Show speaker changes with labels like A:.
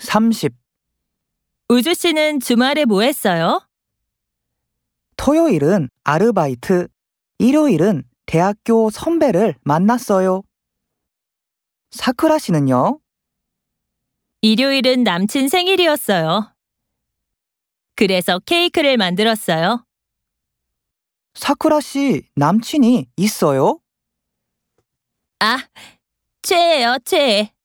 A: 30.
B: 우주 씨는 주말에 뭐 했어요?
A: 토요일은 아르바이트, 일요일은 대학교 선배를 만났어요. 사쿠라 씨는요?
B: 일요일은 남친 생일이었어요. 그래서 케이크를 만들었어요.
A: 사쿠라 씨 남친이 있어요?
B: 아, 최애요, 최애.